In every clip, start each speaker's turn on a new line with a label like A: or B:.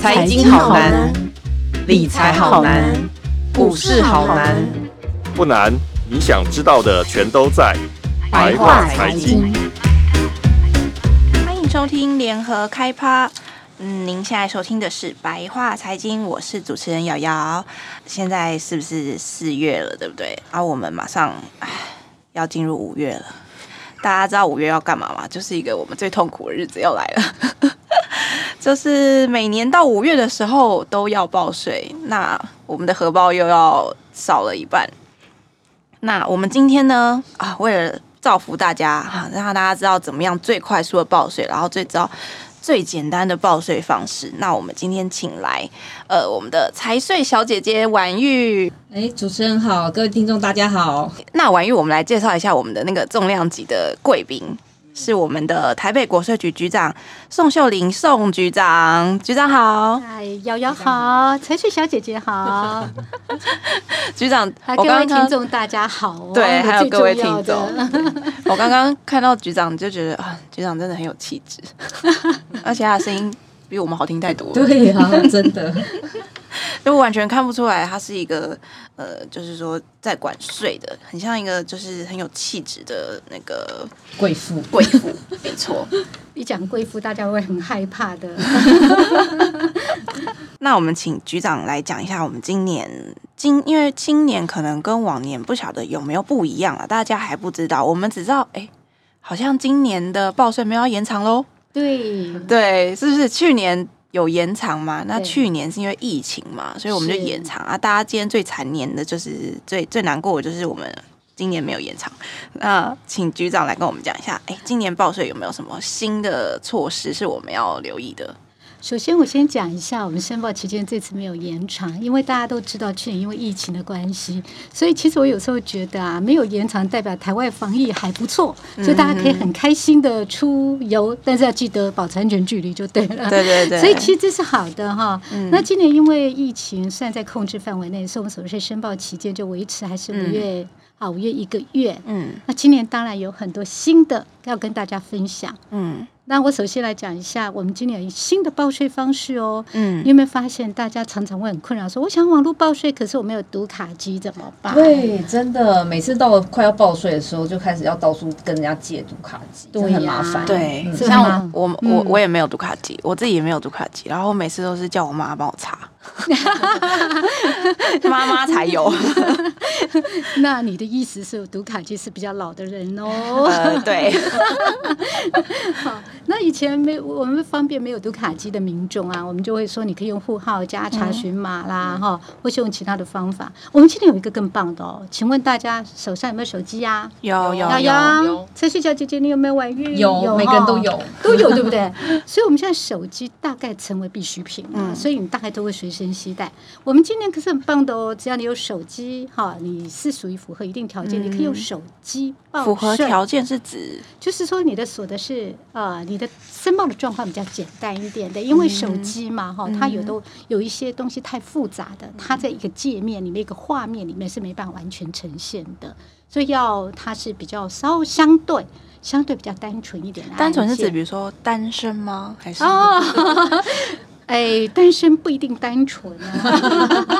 A: 财经好难，理财好难，股市好难，
B: 不难，你想知道的全都在白话财经。
C: 欢迎收听联合开趴。嗯，您现在收听的是白话财经，我是主持人瑶瑶。现在是不是四月了，对不对？啊，我们马上唉要进入五月了。大家知道五月要干嘛吗？就是一个我们最痛苦的日子要来了。 就是每年到五月的时候都要报税，那我们的荷包又要少了一半。那我们今天呢啊，为了造福大家哈，让大家知道怎么样最快速的报税，然后最知道最简单的报税方式。那我们今天请来呃我们的财税小姐姐婉玉，
D: 哎，主持人好，各位听众大家好。
C: 那婉玉我们来介绍一下我们的那个重量级的贵宾。是我们的台北国税局局长宋秀玲，宋局长，局长好。
E: 嗨，哎瑶瑶好，陈旭小姐姐 好，
C: 局长，
E: 还
C: 我
E: 各
C: 刚
E: 位
C: 刚
E: 听众大家好，
C: 对，还有各位听
E: 我忘了最
C: 众
E: 重要的，
C: 我刚刚看到局长就觉得啊，局长真的很有气 质，而且他的声音比我们好听太多了，
D: 对啊，真的，
C: 就完全看不出来他是一个呃，就是说在管税的，很像一个就是很有气质的那个
D: 贵妇
C: 贵妇，没错。
E: 一讲贵妇大家会很害怕的。
C: 那我们请局长来讲一下，我们今年今因为今年可能跟往年不晓得有没有不一样啊，大家还不知道，我们只知道哎，好像今年的报税没有要延长喽，
E: 对，
C: 对，是不是？去年有延长嘛？那
E: 对
C: 去年是因为疫情嘛，所以我们就是延长啊。大家今天最残念的就是最最难过的就是我们。今年没有延长，那请局长来跟我们讲一下，哎，今年报税有没有什么新的措施是我们要留意的？
E: 首先我先讲一下，我们申报期间这次没有延长，因为大家都知道去年因为疫情的关系，所以其实我有时候觉得啊，没有延长代表台外防疫还不错，所以大家可以很开心的出游，但是要记得保持安全距离就对了。
C: 对对对，嗯
E: 所以其实这是好的哈。那今年因为疫情虽然在控制范围内，所以我们所谓的申报期间就维持还是五月、啊五月一个月。
C: 嗯
E: 那今年当然有很多新的要跟大家分享。
C: 嗯
E: 那我首先来讲一下，我们今年有新的报税方式哦。
C: 嗯
E: 你，有没有发现大家常常会很困扰，说我想网络报税，可是我没有读卡机怎么办？
D: 对，真的，每次到了快要报税的时候，就开始要到处跟人家借读卡机，
E: 对
D: 真的
E: 呀
D: 很麻烦。
C: 对，
D: 嗯
E: 是
C: 像
E: 吗
C: 我我我我也没有读卡机，我自己也没有读卡机，然后我每次都是叫我妈帮我 查，妈妈才 有。
E: 那你的意思是读卡机是比较老的人 哦？
C: 呃，对，
E: 那以前没我们方便没有读卡机的民众啊，我们就会说你可以用户号加查询码
D: 嗯
E: 啦，哈、或是用其他的方法。我们今天有一个更棒的哦，请问大家手上有没有手机呀、
C: 有有
E: 瑶
C: 有，
E: 瑶
D: 有，
E: 车旭小姐姐，你有没有玩具？
D: 有每个人都
E: 哈
D: 有，
E: 都有，对不对？所以我们现在手机大概成为必需品了，啊
C: 嗯
E: 所以你大概都会随身携带。我们今年可是很棒的哦，只要你有手机，哈，你是属于符合一定条件，
C: 嗯
E: 你可以用手机报
C: 符合
E: 税
C: 条件是指
E: 就是说你的所得是呃，你的申报的状况比较简单一点的，因为手机
C: 嗯
E: 嘛哈、它有都有一些东西太复杂的，它在一个界面里面一个画面里面是没办法完全呈现的，所以要它是比较稍相对相对比较单纯一点的案件，
C: 单纯是指比如说单身吗？还是
E: 哦。哎，单身不一定单纯啊。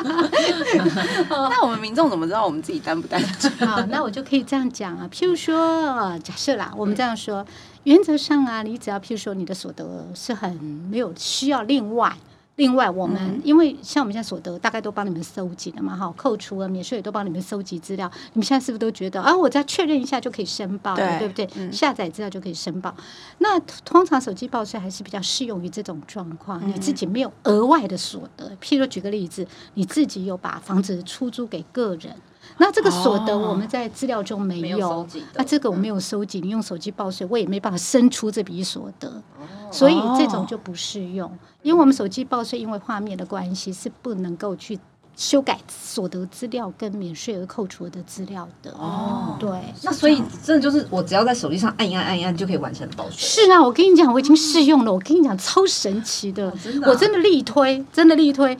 E: 哦
C: 那我们民众怎么知道我们自己单不单身？
E: 好，那我就可以这样讲啊。譬如说，呃假设啦，我们这样说，原则上啊，你只要譬如说你的所得是很没有需要另外。另外，我们、因为像我们现在所得大概都帮你们收集了嘛，哈，扣除啊、免税也都帮你们收集资料。你们现在是不是都觉得啊，我只要确认一下就可以申报了，
C: 对
E: 对不对？下载资料就可以申报。那通常手机报税还是比较适用于这种状况，
D: 嗯
E: 你自己没有额外的所得。譬如说举个例子，你自己有把房子出租给个人，那这个所得我们在资料中没
D: 哦没
E: 有，
D: 有收集的
E: 那这个我没有收集，你用手机报税，我也没办法生出这笔所得，
D: 哦
E: 所以这种就不适用，因为我们手机报税，因为画面的关系是不能够去。修改所得资料跟免税额扣除的资料的哦，对，
D: 那所以真的就是，我只要在手机上按一按按一按就可以完成报税。
E: 是啊，我跟你
C: 哦
E: 讲，我已经试用了，我跟你讲超神奇的，
D: 真的啊
E: 我真的力推，真的力推。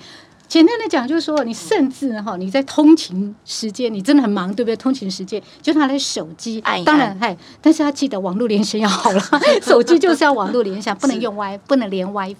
E: 简单的讲，就是说，你甚至哈，你在通勤时间，你真的很忙，对不对？通勤时间，就拿来手机，
C: 按一按
E: 当然，嗨，但是要记得网络连线要好了， 手机就是要网络连线，不能用 Wi，不能连 WiFi，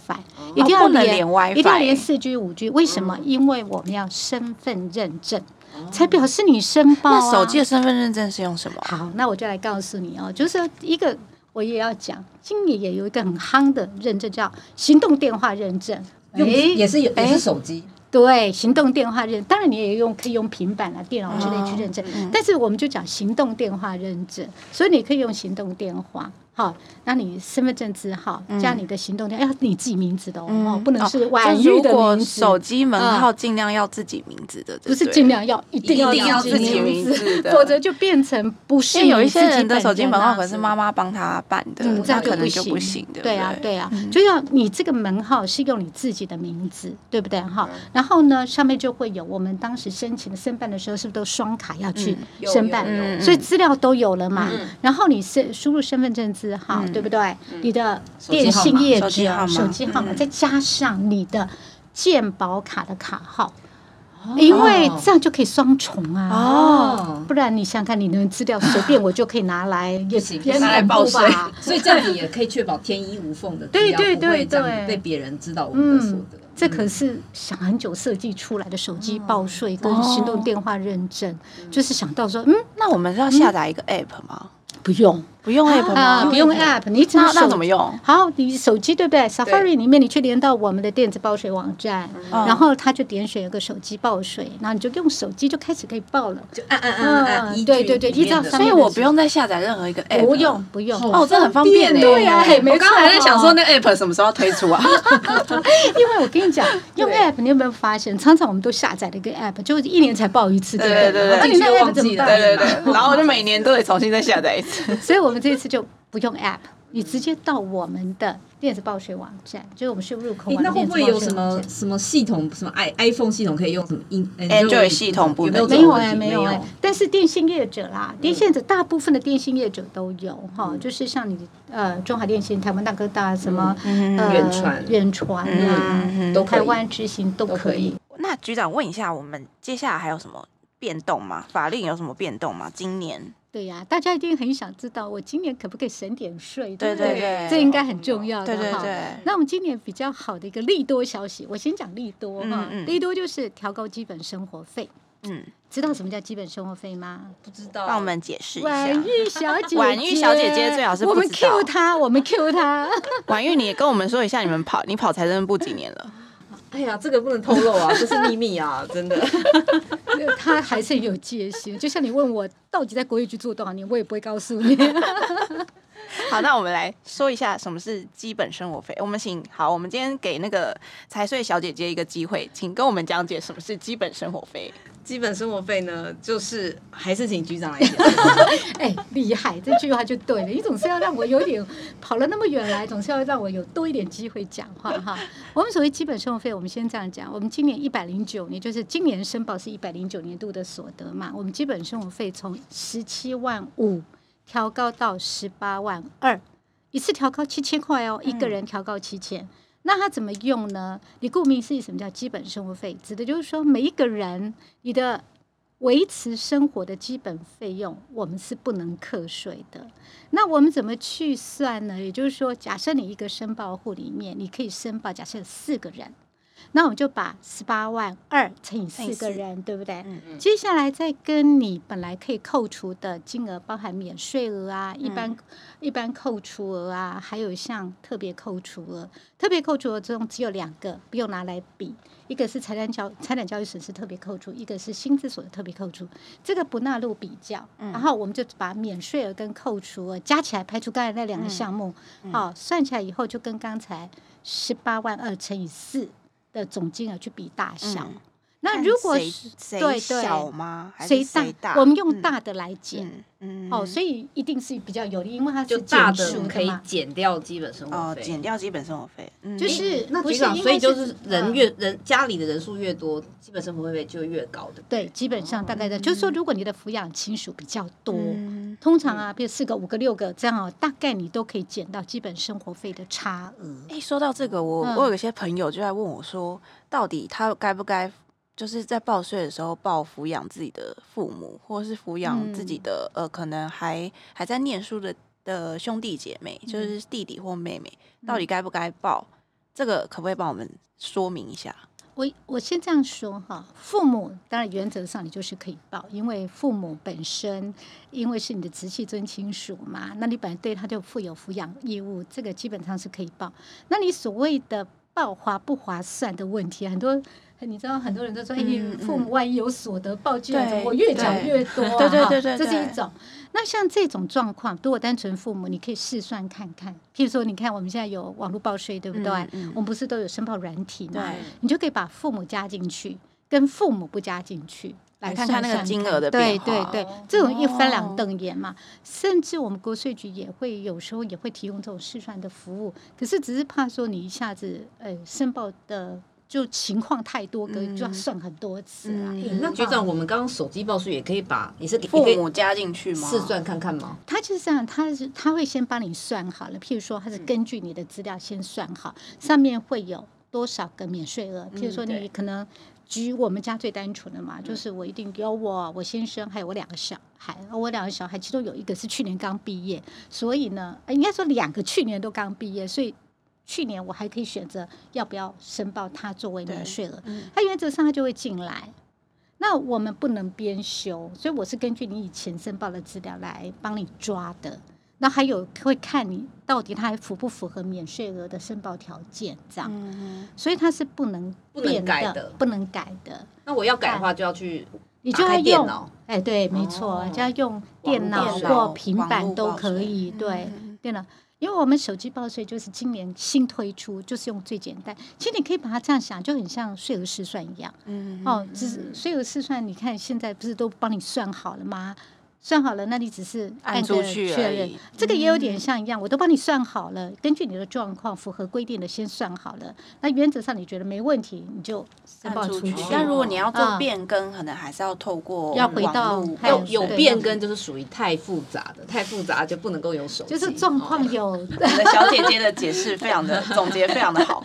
E: 一定要
C: 哦不能连 WiFi 哦
E: 一定要连四 G、五 G。为什么？因为我们要身份认证，才表示你申报、啊。
C: 那手机的身份认证是用什么？
E: 好，那我就来告诉你哦，就是一个我也要讲，今年也有一个很夯的认证叫行动电话认证。
D: 用
E: 诶
D: 也是有也是手机，
E: 对，行动电话认，当然你也用可以用平板啊、电脑之
C: 嗯
E: 类去认证，但是我们就讲行动电话认证，所以你可以用行动电话。好，那你身份证字号加你的行动电话，要哎你自己名字的哦，哦不能是婉
C: 嗯就
E: 玉
C: 如
E: 的
C: 果
E: 名字，
C: 手机门号尽量要自己名字的，
E: 不
C: 对
E: 是
C: 对
E: 尽。量要一定
D: 一定要
E: 要
D: 自己
E: 名
C: 名字的
E: 否则就变成不
C: 因
E: 是
C: 为有一
E: 你
C: 些
E: 自己
C: 人的
E: 本
C: 手机门
E: 啊
C: 号可是
E: 什么
C: 妈妈帮他办的，
E: 嗯，这
C: 那
E: 样
C: 可能就
E: 就
C: 不
E: 行
C: 行，，对不
E: 对啊，对啊，
C: 嗯
E: 就要你这个门号是用你自己的名字，对不对哈？然后呢，上面就会有我们当时申请申办的时候，是不是都双卡要去
C: 嗯
D: 有
E: 申办
D: 有？
C: 有
E: 所以资料都有了嘛
D: 嗯。
E: 然后你是输入身份证字号，对不对？你的
D: 手机
E: 电
D: 号码
E: 信业
C: 嗯手机
E: 者
C: 号码
E: 手机号码，
C: 嗯
E: 再加上你的健保卡的卡号，
C: 哦
E: 因为这样就可以双重啊。
D: 哦
E: 不然你想想看，你的资料随便我就可以拿来，
D: 不
E: 也
D: 行，
E: 也
D: 拿来
E: 很
D: 报
E: 不
D: 税
E: 吧，
D: 所以这样子也可以确保天衣无缝的
E: 对
D: 资料
E: 对
D: 不会
E: 对
D: 这样
E: 对
D: 被别人知道我们的所得。
E: 嗯这可是想很久设计出来的手机报税跟行动电话认证，就是想到说，嗯，
C: 那我们是要下载一个 app 吗？
E: 不用
C: 不用 app
E: 啊，
C: 吗？
E: 不用 app，你只
C: 那
E: 能
C: 那
E: 手
C: 怎么用？
E: 好，你手机对不对？Safari 里面你去连到我们的电子报税网站，然后他就点选一个手机报税，然后你就用手机就开始可以报了，
D: 就按按按按按，
E: 嗯
D: 依
E: 对
D: 据
E: 对对
D: 里面
E: 依照
D: 啊的
E: 上
C: 所
E: 面
C: 以我不用再下载任何一个 app，
E: 不用不用。
C: 哦，这很方便欸
E: 对啊，没
F: 我刚才
E: 错
F: 在想
E: 哦
F: 说，那 app 什么时候要推出 啊？
E: 因为我跟你讲，用 app 你有没有发现，常常我们都下载了一个 app，就一年才报一次，对不
F: 对对对
E: 那你那
D: 进去
E: app
D: 忘
E: 怎么
D: 记了
E: 办？
F: 对对对，然后我就每年都得重新再下载一次。
E: 所以我们这次就不用 app，你直接到我们的电子报税网站，就是我们输入口
D: 诶
E: 网
D: 那
E: 的
D: 会
E: 电
D: 不
E: 子报
D: 会
E: 税
D: 有
E: 网
D: 什
E: 站。
D: 么什么系统，什么 i iPhone 系统可以用什么 in
C: Android 系统不
D: 有没有
C: 能
D: 这
E: 没
D: 种
E: 有
D: 问
E: 哎、
D: 题
E: 没有哎、但是电信业者
C: 嗯
E: 啦，电信业者大部分的电信业者都有哈、就是像你呃中华电信、台湾大哥大什么、
C: 嗯
E: 呃
D: 远传
E: 远传呀、
C: 嗯
D: 都可以
E: 台湾之行都
D: 都
E: 可
D: 可
E: 以
D: 以。
C: 那局长问一下，我们接下来还有什么变动吗？法令有什么变动吗？今年？
E: 对呀、大家一定很想知道我今年可不可以省点税，
C: 对
E: 不对
C: 对对
E: 这应该很重要的
C: 对
E: 哈。
C: 对对，
E: 那我们今年比较好的一个利多消息，我先讲利多哈。
C: 嗯嗯
E: 利多就是调高基本生活费，
C: 嗯，
E: 知道什么叫基本生活费吗？
D: 不知道
C: 让我们解释一下
E: 婉。玉小 姐姐，
C: 婉玉小姐姐最好是不
E: 我们
C: 知道
E: Q 她，我们 Q 她。
F: 婉玉，你跟我们说一下，你们跑，你跑财政部几年了？
D: 哎呀，这个不能透露啊， 这是秘密啊，真的。
E: 他还是有戒心。就像你问我到底在国语局做多少年，我也不会告诉你。
C: 好，那我们来说一下什么是基本生活费。我们请好，我们今天给那个财税小姐姐一个机会，请跟我们讲解什么是基本生活费。
F: 基本生活费呢，就是还是请局长来 讲。
E: 哎，厉害，这句话就对了。你总是要让我有点跑了那么远来，总是要让我有多一点机会讲话哈。 我们所谓基本生活费，我们先这样讲，我们今年一百零九年，就是今年申报是一百零九年度的所得嘛，我们基本生活费从十七万五调高到十八万二，一次调高七千块哦，一个人调高七千。那它怎么用呢？你顾名思义，什么叫基本生活费？指的就是说每一个人你的维持生活的基本费用，我们是不能课税的。那我们怎么去算呢？也就是说，假设你一个申报户里面，你可以申报，假设有四个人，那我们就把十八万二乘以四嗯个人，对不对？接下来再跟你本来可以扣除的金额，包含免税额啊，一般、一般扣除额啊，还有像特别扣除额。特别扣除额中只有两个，不用拿来比，一个是财产交财产交易损失特别扣除，一个是薪资所得特别扣除，这个不纳入比较。
C: 嗯
E: 然后我们就把免税额跟扣除额加起来，排除刚才那两个项目，
C: 嗯
E: 好、算起来以后就跟刚才十八万二乘以四的总金额去比大小。
C: 嗯
E: 那如果
C: 看
E: 是
C: 谁
E: 对
C: 谁
E: 对
C: 小吗？还
E: 谁
C: 是
E: 大
C: 谁大？
E: 我们用
C: 嗯
E: 大的来减、
C: 嗯嗯
E: 哦，所以一定是比较有利，因为它
D: 就是大
E: 减
D: 的
E: 数
D: 可
E: 的
D: 以
E: 嘛。
D: 减掉基本生活
C: 哦，
D: 费。
C: 减掉基本生活费，嗯
E: 就
C: 诶
E: 是
D: 那
E: 不
D: 局
E: 是
D: 长，
E: 应
D: 所以
E: 该
D: 就是
E: 嗯
D: 人越人家里的人数越多，基本生活费就越高的。
C: 嗯
E: 对，基本上大概的，就是说，如果你的抚养亲属比较多，通常啊，比如四个、五个、六个这样哦，大概你都可以减到基本生活费的差额。
C: 哎、说到这个，我、
E: 嗯
C: 我有一些朋友就在问我说，到底他该不该就是在报税的时候报抚养自己的父母，或是抚养自己的、呃，可能还还在念书的的兄弟姐妹，就是弟弟或妹妹，到底该不该报？这个可不可以帮我们说明一下？
E: 我我先这样说哈，父母当然原则上你就是可以报，因为父母本身因为是你的直系尊亲属嘛，那你本来对他就负有抚养义务，这个基本上是可以报。那你所谓的报划不划算的问题，很多你知道很多人都说，哎、
C: 嗯嗯
E: 父母万一有所得报居然怎么
C: 对
E: 我越缴
C: 对
E: 越多、啊，
C: 对对
E: 哈
C: 对对
E: 这是
C: 对
E: 一种。那像这种状况，如果单纯父母，你可以试算看看。譬如说，你看我们现在有网络报税，对不对？
C: 嗯嗯
E: 我们不是都有申报软体吗？
G: 哎
C: 对
E: 你就可以把父母加进去，跟父母不加进去，来算
C: 来看
E: 算看
C: 看那个金额的
E: 对
C: 变
E: 对
C: 化哦
E: 对，这种一翻两瞪眼嘛。甚至我们国税局也会有时候也会提供这种试算的服务，可是只是怕说你一下子呃申报的就情况太多个，就要算很多次啊啦。
C: 嗯
G: 诶那局长，我们刚刚手机报税也可以把，也是给
C: 父
G: 也可
C: 母加进去
G: 以
C: 吗？
G: 试算看看吗？
E: 他就是这样，他是他会先帮你算好了，譬如说他是根据你的资料先算好，
C: 嗯
E: 上面会有多少个免税额，譬如说你
C: 对嗯
E: 可能。举我们家最单纯的嘛，就是我一定有我、我先生，还有我两个小孩。我两个小孩其中有一个是去年刚毕业，所以呢，呃应该说两个去年都刚毕业，所以去年我还可以选择要不要申报他作为免
C: 对
E: 税额。他原则上他就会进来，那我们不能编修，所以我是根据你以前申报的资料来帮你抓的。那还有会看你到底它还符不符合免税额的申报条件，这
C: 嗯
E: 样，所以它是不能
G: 嗯不能
E: 变
G: 改
E: 的
G: 的，
E: 不能改的。
G: 那我要改的话，就要去
E: 你就
G: 打
E: 要
G: 开电
E: 用
G: 脑，
E: 哎，对，没错，
G: 哦
E: 就要用电脑
G: 网络嗯
E: 或
C: 报税
E: 平板都可以，
C: 网络报税
E: 对，电脑。因为我们手机报税就是今年新推出，就是用最简单。其实你可以把它这样想，就很像税额试算一样。
C: 嗯
E: 哦，只是税额试算，你看现在不是都帮你算好了吗？算好了，那你只是
F: 按
E: 个
F: 出去
E: 确
F: 而
E: 认
F: 已，
E: 这个也有
C: 嗯
E: 点像一样，我都帮你算好了，根据你的状况符合规定的先算好了。那原则上你觉得没问题，你就申报
C: 按
E: 出
C: 出
E: 去
C: 去。。但如果你要做
E: 嗯
C: 变更，可能还是要透过
E: 要回到
C: 网络
E: 还
G: 有
E: 有
G: 有
E: 对
G: 变更就是属于太复杂的，太复杂就不能够用手机，哦
E: 就是状况 有，
C: 你的小姐姐的解释非常的 总结非常的好，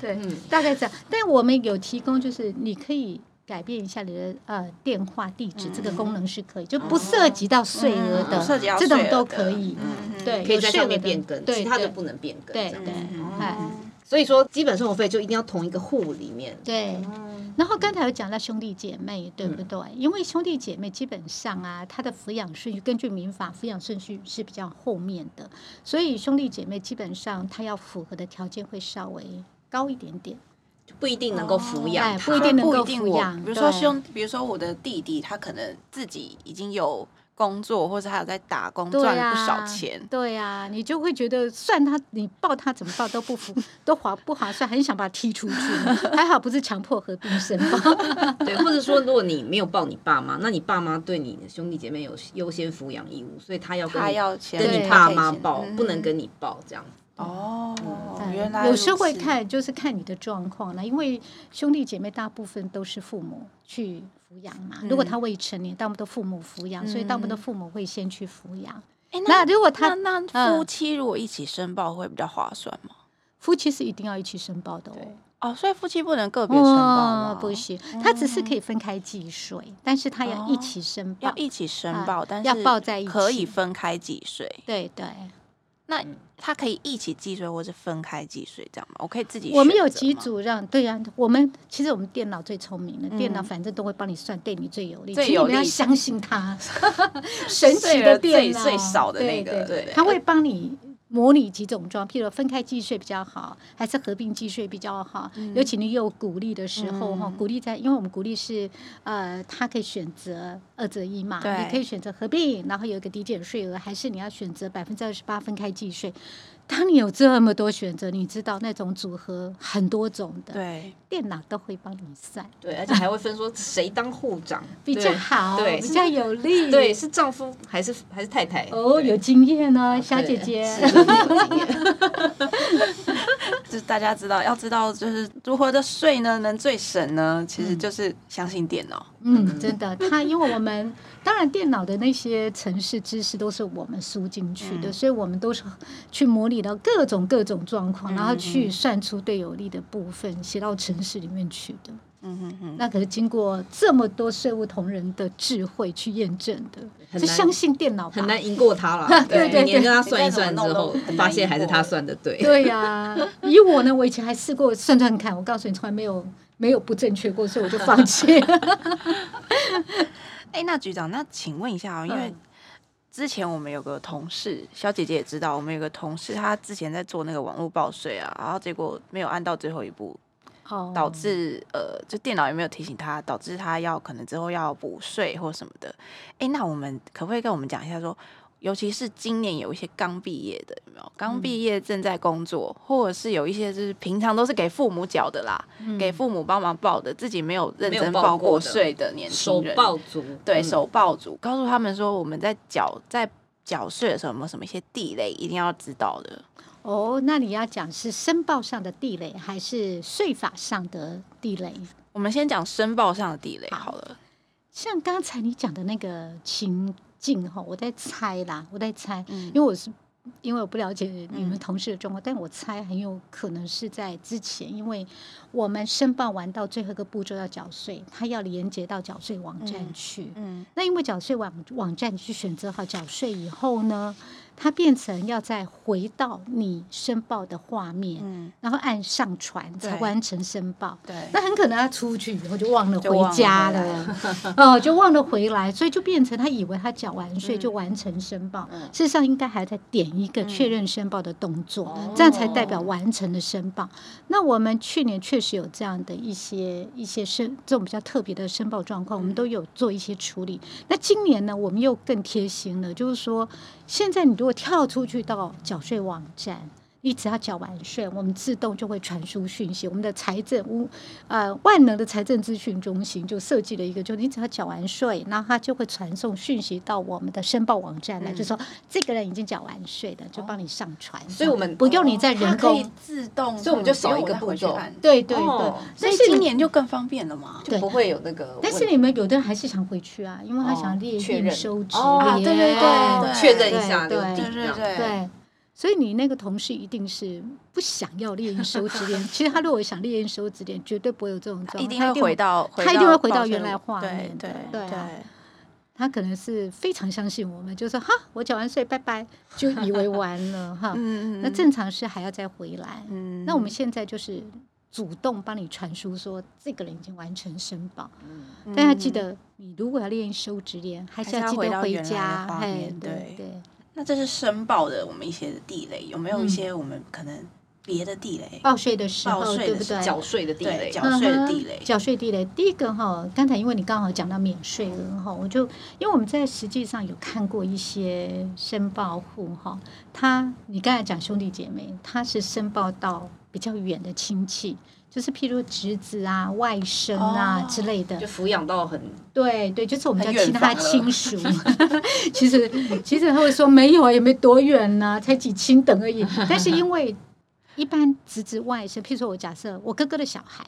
E: 对，
C: 嗯
E: 大概这样。但我们有提供，就是你可以改变一下你的呃电话地址，这个功能是可以，就不涉及到税额的，
C: 嗯哦嗯不涉及到
E: 这种
C: 税额
E: 都
C: 的
E: 可以。
C: 嗯
E: 对，
G: 可以
E: 有
G: 在
E: 税
G: 上
E: 额
G: 面
E: 的
G: 变更，
E: 对，
G: 其他的
E: 对
G: 不能变更。
E: 对
G: 这样
E: 对，
C: 嗯
E: 哎，
G: 所以说基本生活费就一定要同一个户里面。
E: 对。
C: 嗯
E: 然后刚才有讲到兄弟姐妹，对不对？因为兄弟姐妹基本上啊，他的抚养顺序根据民法抚养顺序是比较后面的，所以兄弟姐妹基本上他要符合的条件会稍微高一点点，
G: 不一定能够抚
E: 哎
G: 养
E: 不
G: 他，
E: 一定能
C: 不
E: 够
C: 一定
E: 抚
C: 我
E: 养。
C: 比如说
E: 对
C: 兄，比如说我的弟弟，他可能自己已经有工作，或者他有在打工，
E: 对
C: 嗯
E: 啊
C: 赚
E: 呀
C: 了不少钱。
E: 对呀、你就会觉得算他，你报他怎么报都不符，都划不划算，很想把他踢 出去。还好不是强迫合并申报，
G: 对，或者说如果你没有报你爸妈，那你爸妈对你的兄弟姐妹有优先抚养义务，所以他要跟
C: 他
G: 你
C: 要钱，
G: 跟
E: 对
G: 你
C: 他
G: 爸
C: 可以
G: 妈
C: 先
G: 报，不能
C: 嗯
G: 跟你报这样。
C: 哦。
E: 对
C: 原来
E: 嗯呃有
C: 如
E: 时候会
C: 此，
E: 看，就是看你的状况啦。因为兄弟姐妹大部分都是父母去抚养嘛，如
C: 嗯
E: 果他未成年，大部分都父母抚养，所以大部分都父母会先去抚养。
C: 诶
E: 那如果他
C: 那那
E: 嗯
C: 夫妻如果一起申报会比较划算吗？
E: 夫妻是一定要一起申报的哦。
C: 哦，所以夫妻不能个别申报吗
E: 哦，不，行，他只是可以分开计税，但是他要一起申报
C: 哦要。一起申
E: 啊
C: 报，但是
E: 要报在一
C: 可
E: 起嗯
C: 以分开计税。
E: 对对，
C: 那他可以一起计税，或是分开计税，这样吗？我可以自己
E: 我们有
C: 选择
E: 几
C: 吗
E: 组让对呀、我们其实我们电脑最聪明的，电脑
C: 嗯
E: 反正都会帮你算对你最有利，
C: 最
E: 请你
C: 有
E: 不要
C: 利
E: 相信 它，神奇
C: 税
E: 的
C: 额
E: 电
C: 最
E: 脑
C: 最少的那个
E: 对
C: 对
E: 它会帮你。模拟几种状，譬如分开计税比较好，还是合并计税比较好？
C: 嗯
E: 尤其你有鼓励的时候哈，鼓励在，因为我们鼓励是呃，它可以选择二择一嘛，你
C: 对
E: 可以选择合并，然后有一个抵减税额，还是你要选择百分之二十八分开计税。当你有这么多选择，你知道那种组合很多种的，
C: 对，
E: 电脑都会帮你算，
G: 对，而且还会分说谁当户 长
E: 比较好，
G: 对
E: 比较有利。
G: 对，是丈夫还是还是太太？
E: 哦，
G: 对
E: 有经验呢，小姐姐。
G: 是有经验
C: 就是大家知道要知道就是如何的税呢能最省呢，其实就是相信电脑。
E: 嗯，真的，它因为我们当然电脑的那些程式知识都是我们输进去
G: 嗯
E: 的，所以我们都是去模拟到各种各种状
G: 嗯
E: 况，然后去算出对有利的部分，写到程式里面去的。
C: 嗯哼哼，
E: 那可是经过这么多税务同仁的智慧去验证的，
G: 很
E: 就
G: 难
E: 相信电脑吧。
G: 很难赢过他了。
E: 对对对
G: 你连跟他算一算之
C: 你再怎么
G: 后
C: 弄都，
G: 发现还是他算的对。
E: 对呀、以我呢，我以前还试过算算看，我告诉你，从来没有没有不正确过，所以我就放弃 了。
C: 哎、那局长，那请问一下哦，因为
E: 嗯
C: 之前我们有个同事，小姐姐也知道，我们有个同事，她之前在做那个网络报税啊，然后结果没有按到最后一步，
E: 哦
G: 嗯
C: 导致呃，就电脑也没有提醒她，导致她要可能之后要补税或什么的。哎、那我们可不可以跟我们讲一下说？尤其是今年有一些刚毕业的，有没有刚
G: 嗯
C: 毕业正在工作，或者是有一些就是平常都是给父母缴的啦，给父母帮忙报的，自己没有认
G: 嗯没有
C: 真
G: 报
C: 报
G: 过
C: 过
G: 的
C: 税的年
G: 手
C: 轻人，
G: 爆足，
C: 对
G: 嗯
C: 手报组，告诉他们说我们在缴在缴税的时候有没有什么一些地雷一定要知道的。
E: 哦，那你要讲是申报上的地雷，还是税法上的地雷？
C: 我们先讲申报上的地雷好了，
E: 像刚才你讲的那个情境哈，我在猜啦，我在猜，
C: 嗯
E: 因为我是因为我不了解你们同事的状况，但我猜很有可能是在之前，因为我们申报完到最后一个步骤要缴税，它要连接到缴税网站去，
C: 嗯
E: 那因为缴税网网站去选择好缴税以后呢，它变成要再回到你申报的画面，
C: 嗯，
E: 然后按上传才
C: 对
E: 完成申报。
C: 对
E: 那很可能他出去以后就忘了
C: 就忘
E: 回
C: 了
E: 家
C: 回来
E: 了， 哦，就忘了回来，所以就变成他以为他缴完税就完成申报，
C: 嗯
E: 事实上应该还在点一个确认申报的动作，
C: 哦
E: 这样才代表完成了申报。那我们去年确实有这样的一些一些申这种比较特别的申报状况，我们都有做一些处理。那今年呢，我们又更贴心了，就是说，现在你如果跳出去到缴税网站。你只要缴完税，我们自动就会传输讯息。我们的财政无呃万能的财政咨询中心就设计了一个，就你只要缴完税，然后它就会传送讯息到我们的申报网站
G: 嗯
E: 来，就说这个人已经缴完税的，就帮你上传。
G: 所以我们
E: 不用你再人工，
C: 自动，
G: 所以我们就少一个步骤
E: 对对对。
G: 哦
E: 但
C: 但
E: 是
C: 是
E: 你
C: 今年就更方便了嘛。
G: 就
E: 对
G: 不会有那个问题。
E: 但是你们有的人还是想回去啊，因为他想列
G: 哦确
E: 印
G: 认
E: 收支
G: 哦
E: 列，
G: 啊
C: 对对对
G: 确认一下
E: 对
G: 留底
E: 对
C: 对对
G: 这样
C: 对，
E: 对，所以你那个同事一定是不想要猎鹰收支 点。其实他如果想猎鹰收支点，绝对不会有这种状
C: 他
E: 况，
C: 一定会回到，
E: 他一定会回
C: 报
E: 到
C: 税
E: 原
C: 务
E: 来画
C: 对
E: 面
C: 对
E: 的对啊
C: 对
E: 他可能是非常相信我们，就说哈，我缴完税，拜拜，就以为完了哈。
C: 嗯嗯，
E: 那正常是还要再回来。
C: 嗯，
E: 那我们现在就是主动帮你传输说，这个人已经完成申报，但要记
C: 嗯
E: 得，你如果要练收职练，还是
C: 还是
E: 要
C: 要
E: 记
C: 回
E: 得
C: 到
E: 回
C: 原来的
E: 家。
C: 画
E: 哎
C: 面
E: 对
C: 对
E: 对。
C: 那这是申报的我们一些地雷，有没有一
E: 嗯
C: 些我们可能别的地雷？
E: 报税的时
C: 报
E: 候，
C: 税
E: 对
C: 的
E: 不
C: 时
E: 对？
G: 缴税的地
C: 对，
G: 雷，
C: 缴税的
E: 嗯哼
C: 地雷，
E: 缴税地雷，第一个哈，刚才因为你刚好讲到免税额哈，我就因为我们在实际上有看过一些申报户哈，他你刚才讲兄弟姐妹，他是申报到比较远的亲戚，就是譬如侄子啊、外甥啊、
C: 哦
E: 之类的
G: 就，抚养到很
E: 对对，就是我们叫
C: 很远
E: 其他
C: 房啊了
E: 亲属。 其实其实他会说没有啊，也没多远呐、才几亲等 而已。但是因为一般侄子外甥，譬如说我假设我哥哥的小孩，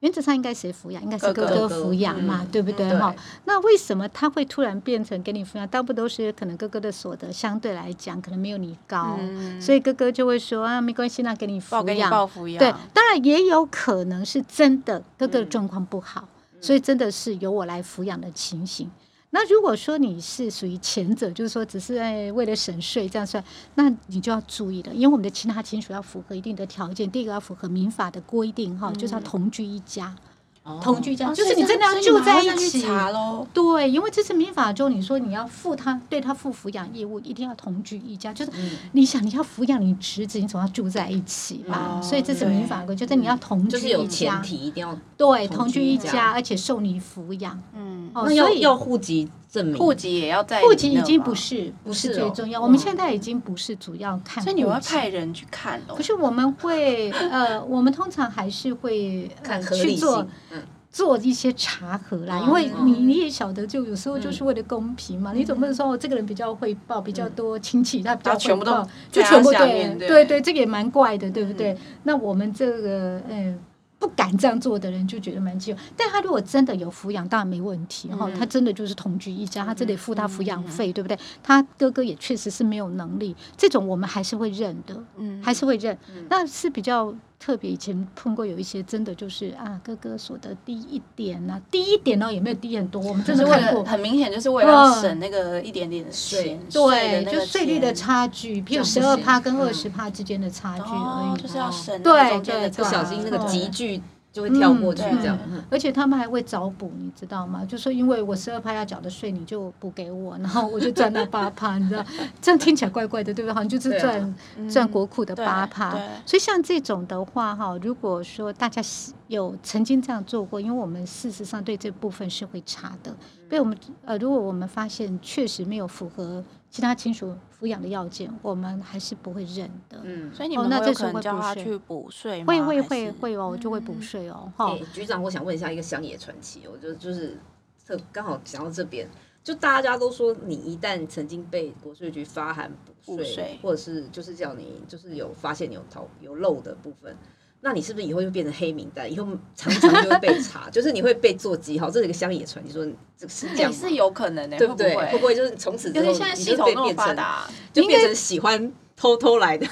E: 原则上应该谁抚养？应该是
C: 哥
E: 哥
C: 嗯哥
E: 哥抚养嘛，对不对
G: 对
E: 哈？那为什么他会突然变成给你抚养？大部分都是可能哥哥的所得相对来讲可能没有你高，
C: 嗯
E: 所以哥哥就会说啊，没关系，那给你
C: 报
E: 抚
C: 给你
E: 养。
C: 报抚养，
E: 对，当然也有可能是真的哥哥的状况不好，所以真的是由我来抚养的情形。那如果说你是属于前者，就是说只是哎为了省税这样算，那你就要注意了，因为我们的其他亲属要符合一定的条件，第一个要符合民法的规定哈，就是要同居一家，
G: 哦
E: 同居一家、嗯哦就是你真的要住在一起。
C: 查喽。
E: 对，因为这是民法中你说你要负他对他负抚养义务，一定要同居一家，就是
G: 嗯
E: 你想你要抚养你侄子，你总要住在一起吧，
C: 哦
E: 所以这是民法规，就是你要同
G: 嗯就是
E: 居
G: 有
E: 一
G: 前
E: 家，
G: 提一定要，
F: 哦
E: 对，
G: 同
E: 同
G: 居
E: 居
G: 一
E: 一
G: 家
E: 家，而且受你抚养，
C: 嗯，
E: 哦，
G: 那要
E: 所以
G: 要户籍证明，
C: 户籍也要在
E: 户
C: 你
E: 籍
C: 那
E: 已经
C: 吗
E: 不，是不是
G: 是
E: 最
G: 哦
E: 重要，我们现在已经不是主要看户籍，
C: 所以你们会派人去看哦
E: 不。是我们会呃，我们通常还是会、呃、
G: 看合
E: 去
G: 理
E: 做
G: 性，嗯
E: 做一些查核
F: 哦
E: 啦，因为你你也晓得，就有时候就是为了公平嘛，你总不能说哦，这个人比较汇报，比较多亲戚，他比较
F: 然后全
E: 汇
F: 部都
E: 报，
F: 在
E: 就
F: 嗯他
E: 全部
F: 下面对嗯
E: 对对对，这个也蛮怪的，对不对？那我们这个嗯。不敢这样做的人就觉得蛮奇怪，但他如果真的有抚养，当然没问题
F: 嗯
E: 哈、他真的就是同居一家，他真的付他抚养费，对不对？他哥哥也确实是没有能力，这种我们还是会认的，
F: 嗯
E: 还是会认。那是比较特别，以前碰过有一些真的就是啊，哥哥所得低一点呐、低一点哦，也没有 低很多，我们真
F: 就是
E: 的
F: 为
E: 看
F: 了
E: 过。
F: 很明显，就是为了要省那个一点点的钱，
E: 对，
F: 税的那
E: 就
F: 个
E: 税率的
F: 钱
E: 差距，比如十二趴跟二十趴之间的差距而
F: 嗯哦
E: 已，。
F: 就是要省
E: 对
F: 那个中间的
E: 对
G: 不
E: 对
G: 小心那个
E: 对
G: 集聚就会跳过去
F: 嗯
G: 这样。
E: 而且他们还会找补，你知道吗？就说因为我十二趴要缴的税，你就补给我，然后我就赚了八趴，你知道？ 这样听起来怪怪的，对不对？好像就是
G: 对啊
E: 赚
F: 嗯
E: 赚国库的
F: 对
E: 八趴
F: 对。
E: 所以像这种的话，哈，如果说大家是有曾经这样做过，因为我们事实上对这部分是会查的。被我们呃，如果我们发现确实没有符合其他亲属抚养的要件，我们还是不会认的。
G: 嗯，
F: 所以你
E: 哦
F: 们
E: 那
F: 会
E: 这
F: 有
E: 是
F: 可能
E: 会
F: 叫
E: 补
F: 他
E: 税
F: 去补税吗？
E: 会会
F: 还
E: 会
F: 是
E: 会哦，我就会补税哦，哈、
G: 哎，局长，我想问一下一个乡野传奇，我就就是特刚好讲到这边，就大家都说你一旦曾经被国税局发函补
F: 补
G: 税
F: 税，
G: 或者是就是叫你就是有发现你有逃有漏的部分。那你是不是以后就变成黑名单？以后常常就会被查， 就是你会被做记号。这是一个乡野传奇，说你这个是这
F: 也
G: 样吗
F: 是有可能的，
G: 对不对？
F: 会
G: 会不？会就是从此之
F: 尤
G: 后，
F: 其现在
G: 你
F: 系
G: 就
F: 统
G: 被
F: 那么
G: 变
F: 发
G: 成
F: 达，
G: 就变成喜欢偷偷来的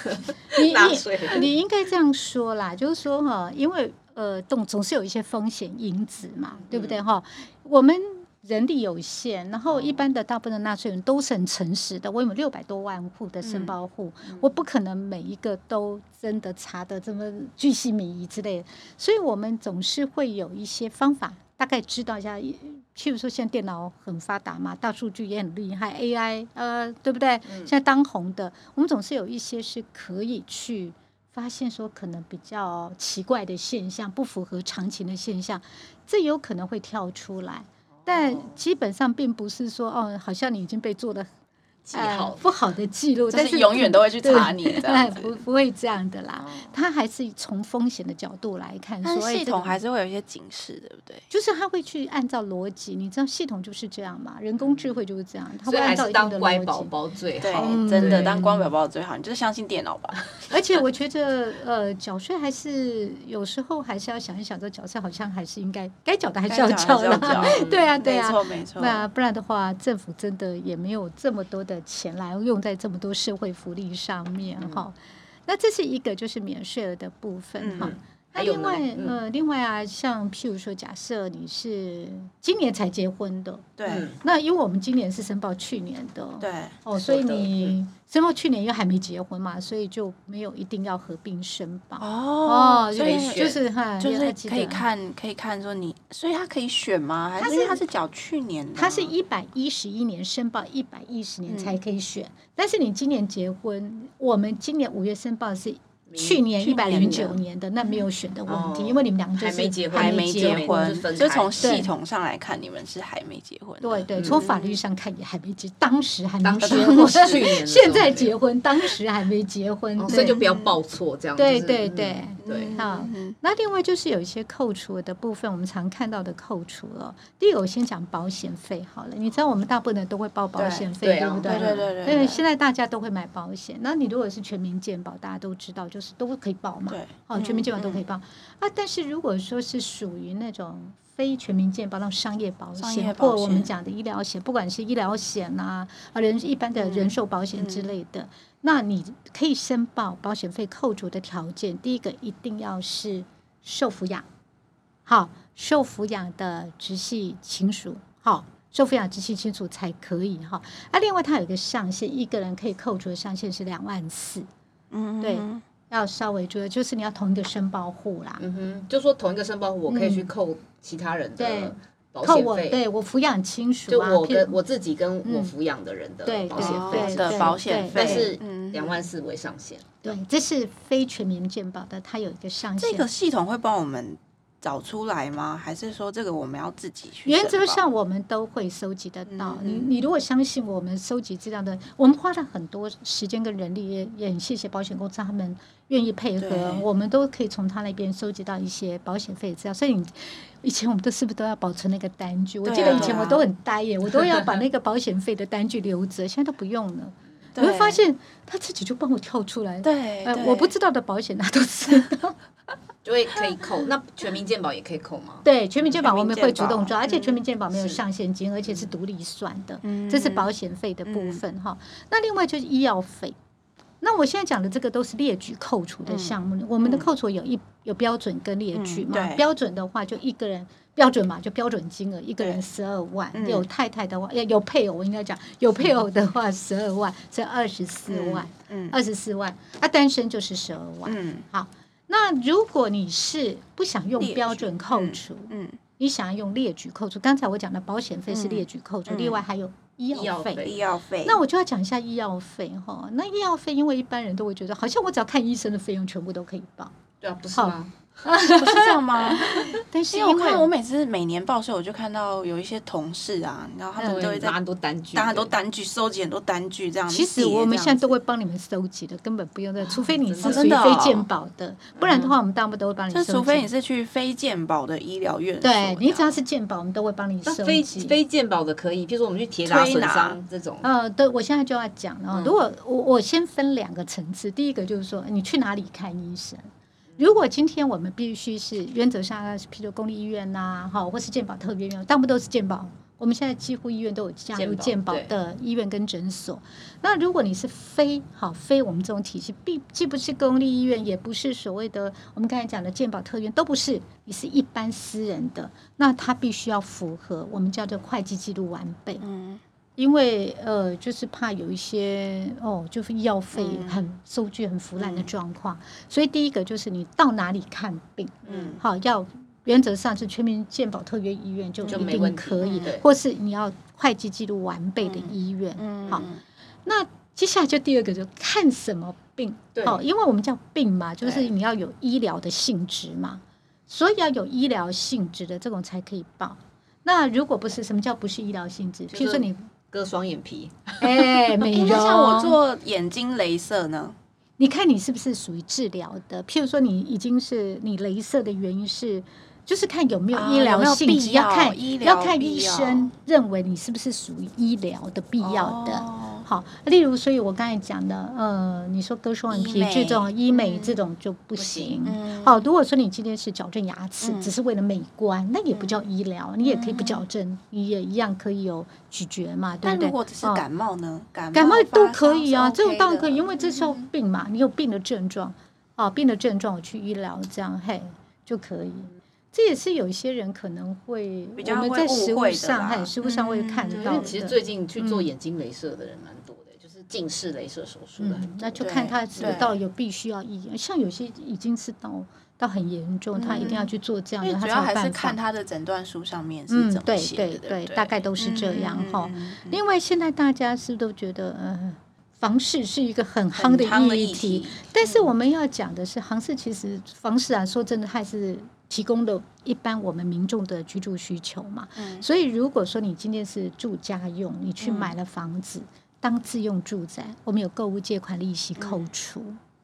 E: 你
G: 纳税？
E: 你你应该这样说啦，就是说哈，因为呃，总总是有一些风险因子嘛，对不对哈？我们人力有限，然后一般的大部分的纳税人都是很诚实的。我有六百多万户的申报户，我不可能每一个都真的查的这么巨细靡遗之类的，所以我们总是会有一些方法。大概知道一下，譬如说现在电脑很发达嘛，大数据也很厉害，AI 呃，对不对？现在当红的，我们总是有一些是可以去发现说可能比较奇怪的现象，不符合常情的现象，这有可能会跳出来。
F: 哦
E: 但基本上并不是说哦，好像你已经被做了
G: 记号
E: 呃、不好的记录，
F: 就
E: 但
F: 是永远都会去查你这样
E: 哎，
F: 子 哦
E: 不不会这样的啦。他还是从风险的角度来看，
F: 但
E: 说
F: 是
E: 哎
F: 系
E: 这
F: 统
E: 个
F: 还是会有一些警示，对不对？
E: 就是他会去按照逻辑，你知道系统就是这样嘛，人工智慧就是这样，他
G: 所
E: 会
G: 以
E: 按
G: 还
E: 照
G: 是
E: 一定
G: 当
E: 的
G: 乖
E: 逻
G: 宝
E: 辑。
G: 宝最
F: 对
G: 好。，
F: 真的
E: 嗯对
F: 当光表宝最好，你就是相信电脑吧。
E: 而且我觉得，呃，缴税还是有时候还是要想一想，这缴税好像还是应该该缴的还是要
F: 该缴还是要
E: 啦。
F: 缴
E: 对啊，对
F: 没
E: 啊。
F: 错没错。
E: 那不然的话，政府真的也没有这么多的钱来用在这么多社会福利上面哈、那这是一个就是免税额的部分
F: 嗯
E: 哈。那
G: 还有
E: 另
G: 呢
E: 外、
G: 嗯
E: 呃，另外啊，像譬如说，假设你是今年才结婚的，
F: 对
G: 嗯
E: 那因为我们今年是申报去年的，
F: 对，
E: 哦，所以
G: 所得嗯
E: 你申报去年又还没结婚嘛，所以就没有一定要合并申报。
F: 哦
E: 就
F: 所以
E: 是就是哈，
F: 就
E: 要
F: 是
E: 记
F: 可以
E: 得。
F: 看可以看说你，所以他可以选吗？还
E: 他
F: 是
E: 是
F: 因为他是缴去年的啊？
E: 他是一百一十一年申报，一百一十年
G: 嗯
E: 才可以选。但是你今年结婚，我们今年五月申报是
G: 嗯
E: 去年
F: 去
E: 一百零
F: 年
E: 九
F: 的
E: 年的，那没有选的问题，
G: 哦
E: 因为你们两个就是
G: 还没结婚
F: 还
E: 没
F: 没
E: 结
F: 结
G: 就分
F: 婚，
G: 开
F: 就从
E: 对
F: 系统上来看，你们是还没结婚的。
E: 对对，
G: 嗯
E: 从法律上看也还没结，当时还没
G: 当时
E: 结婚，
G: 去年的时候
E: 现在结婚，当时还没结婚，
G: 哦
E: 对
G: 所以就不要报错这样。
E: 对
G: 就是
E: 对
G: 嗯
E: 对
G: 对，
E: 好
F: 嗯
E: 那另外就是有一些扣除的部分，我们常看到的扣除了。第一个，我先讲保险费好了。你知道我们大部分人都会报保险费，
G: 对
E: 对
G: 对啊
E: 不
F: 对对对
E: 因为
F: 对
E: 现在大家都会买保险，那你如果是全民健保，大家都知道，就是都可以报嘛。
F: 嗯对，
E: 哦，全民健保都可以
F: 嗯
E: 报、啊。但是如果说是属于那种非全民健保，那种商业保
F: 商
E: 险
F: 业保
E: 或我
F: 险
E: 们讲的医疗险，不管是医疗险呐、啊，人一般的人寿保险
F: 嗯
E: 之类的，那你可以申报保险费扣除的条件，第一个一定要是受抚养，好，受抚养的直系亲属，好。受抚养直系亲属才可以哈，啊，另外它有一个上限，一个人可以扣除的上限是两万四，
F: 嗯
E: 对
F: 嗯
E: 要稍微注意，就是你要同一个申报户啦，
G: 嗯哼，就说同一个申报户，我可以去扣其他人
E: 对
G: 的保
E: 靠
G: 险
E: 嗯我
G: 费，
E: 对我抚养亲属
G: 就
E: 啊，
G: 我
E: 譬
G: 跟
E: 如
G: 我自己跟我
E: 嗯
G: 抚养的人的
E: 对
G: 保险
E: 对
G: 费
E: 对
F: 哦
G: 是
F: 的保险
E: 对
F: 费，
G: 但是
F: 嗯
G: 两万四为上限。
E: 对，这是非全民健保的，它有一个上限。
F: 这个系统会帮我们
C: 找出来吗？还是说这个我们要自己去申报？
E: 原则上我们都会收集得到。
C: 嗯嗯
E: 你你如果相信我们收集资料的，我们花了很多时间跟人力，也也很谢谢保险公司他们愿意配合
C: 对，
E: 我们都可以从他那边收集到一些保险费资料。所以你以前我们都是不是都要保存那个单据？我记
C: 对
E: 得
C: 啊
E: 以前我都很呆耶，我都要 把那个保险费的单据留着，现在都不用了。你
C: 对
E: 会发现他自己就帮我跳出来。
C: 对，
E: 呃
C: 对，
E: 我不知道的保险他都 知道。
G: 就会可以扣。那全民健保也可以扣吗？
E: 对，全民健保
C: 全民
E: 我们会
C: 健
E: 主
C: 保
E: 动抓，而且
C: 嗯
E: 全民健保没有
G: 是
E: 上限金，而且是独立算的，
C: 嗯
E: 这是保险费的部分哈。那另外就是医药费。那我现在讲的这个都是列举扣除的项目，我们的扣除有一有标准跟列举嘛。
C: 嗯嗯对
E: 标准的话，就一个人标准嘛，就标准金额，一个人
C: 对
E: 十二万。
C: 嗯
E: 有太太的话，呃有配偶，我应该讲有配偶的话十二万，这二十四万，
C: 嗯
E: 二十四万。啊，单身就是十二万。
C: 嗯
E: 那如果你是不想用
C: 列举
E: 标准扣除，
C: 嗯，
E: 你想要用列举扣除，刚才我讲的保险费是列举扣除，
C: 嗯嗯
E: 另外还有医
G: 医药
E: 药费。
G: 费
C: 医药费
E: 那我就要讲一下医药费哈。那医药费，因为一般人都会觉得，好像我只要看医生的费用全部都可以报，
G: 对啊，不是吗？
C: 不是这样吗？
E: 但是
C: 因
E: 因
C: 为我
E: 为
C: 看我每次每年报税，我就看到有一些同事啊，然后他
E: 嗯
C: 们都会在
G: 拿很多单据，
C: 打很多
G: 对
C: 单据，收集很多单据这样子
E: 其
C: 叠。
E: 实我们
C: 这样
E: 现在
C: 子啊
E: 都会帮你们收集的，根本不用再，除非你是
G: 哦
E: 属
C: 真
E: 于
C: 的
E: 非
C: 哦
E: 健保的，不然的话我们大部分都会帮你收
C: 就
E: 集。
C: 除非你是去非健保的医疗院所这
E: 对
C: 样，
E: 你只要是健保，我们都会帮你收
G: 那非
E: 集。
G: 非健保的可以，譬如说我们去铁打
C: 推
G: 损
C: 拿
G: 伤这种，嗯
E: 呃，对，我现在就要讲了哦。如果我我先分两个层次，第一个就是说你去哪里看医生。如果今天我们必须是原则上，譬如公立医院呐、哈，或是健保特别医院，大部分都是健保。我们现在几乎医院都有加入健
G: 健保
E: 保的医院跟诊所。那如果你是非好非我们这种体系，并既不是公立医院，也不是所谓的我们刚才讲的健保特约，都不是，你是一般私人的，那它必须要符合我们叫做会计记录完备。
C: 嗯，
E: 因为呃，就是怕有一些哦，就是医药费
G: 嗯
E: 很、收据很腐烂的状况，所以第一个就是你到哪里看病，
C: 嗯，
E: 好要原则上是全民健保特约医院就
G: 就
E: 一
G: 没问
E: 定
G: 题
E: 可以
G: 嗯对，
E: 或是你要会计记录完备的医院，
C: 嗯
E: 好，那接下来就第二个就看什么病，
G: 对
E: 好，因为我们叫病嘛，就是
G: 对
E: 你要有医疗的性质嘛，所以要有医疗性质的这种才可以报。那如果不是什么叫不是医疗性质？
G: 是
E: 譬如说你
G: 割双眼皮，
E: 哎，美
C: 诶
E: 容，
C: 那像我做眼睛镭射呢？
E: 你看你是不是属于治疗的？譬如说，你已经是你镭射的原因是，就是看有没有
C: 啊
E: 医
C: 有
E: 疗
C: 没有
E: 性
C: 必
E: 质，
C: 要
E: 看
C: 医疗
E: 要看
C: 必
E: 医
C: 要
E: 生认为你是不是属于医疗的必要的。
C: 哦
E: 好，例如，所以我刚才讲的，呃，你说割双眼皮
C: 医美
E: 这种医美
C: 嗯
E: 这种就不行。
C: 嗯
E: 好，如果说你今天是矫正牙齿，
C: 嗯
E: 只是为了美观，那也不叫医疗，你也可以不矫正，你也一样可以有咀嚼嘛，对
C: 但
E: 不对？
C: 如果只是
E: 嗯
C: 感冒呢？感
E: 感冒
C: 冒
E: 都可以啊，
C: 发烧是
E: 这种当然
C: OK
E: 可以，
C: 的嗯
E: 因为这叫病嘛，你有病的症状，啊，病的症状我去医疗这样嘿就可以。
C: 嗯
E: 这也是有一些人可能会
C: 比较
E: 我们
C: 会
E: 在
C: 误
E: 食物
C: 会的
E: 上，
C: 啦
E: 还有食物上会看
C: 嗯
G: 因
E: 到
G: 为
E: 的。
G: 其实最近去
E: 嗯
G: 做眼睛镭射的人蛮多的，就是近视镭射手术的很
E: 嗯，
G: 多。
E: 那就看
C: 对
E: 他是不是
C: 对
E: 到有必须要医，像有些已经是到到很严重，他一定
C: 嗯
E: 要去做这样
C: 因
E: 的，
C: 为
E: 他
C: 主
E: 才
C: 要
E: 有
C: 还是
E: 办
C: 看
E: 法。
C: 他的诊断书上面是
E: 嗯
C: 怎，么
E: 对
C: 写的，
E: 对
C: 对不对，
E: 大概都是这样
C: 嗯
E: 哈
C: 嗯嗯。嗯
E: 另外，现在大家是不是都觉得，呃，房市是一个很夯
C: 很
E: 的
C: 夯的
E: 议题，
C: 题，
E: 但是我们要讲的是，杭市其实房市啊，说真的，它还是提供了一般我们民众的居住需求嘛。
C: 嗯
E: 所以，如果说你今天是住家用，你去买了房子、当自用住宅，我们有购物借款利息扣除。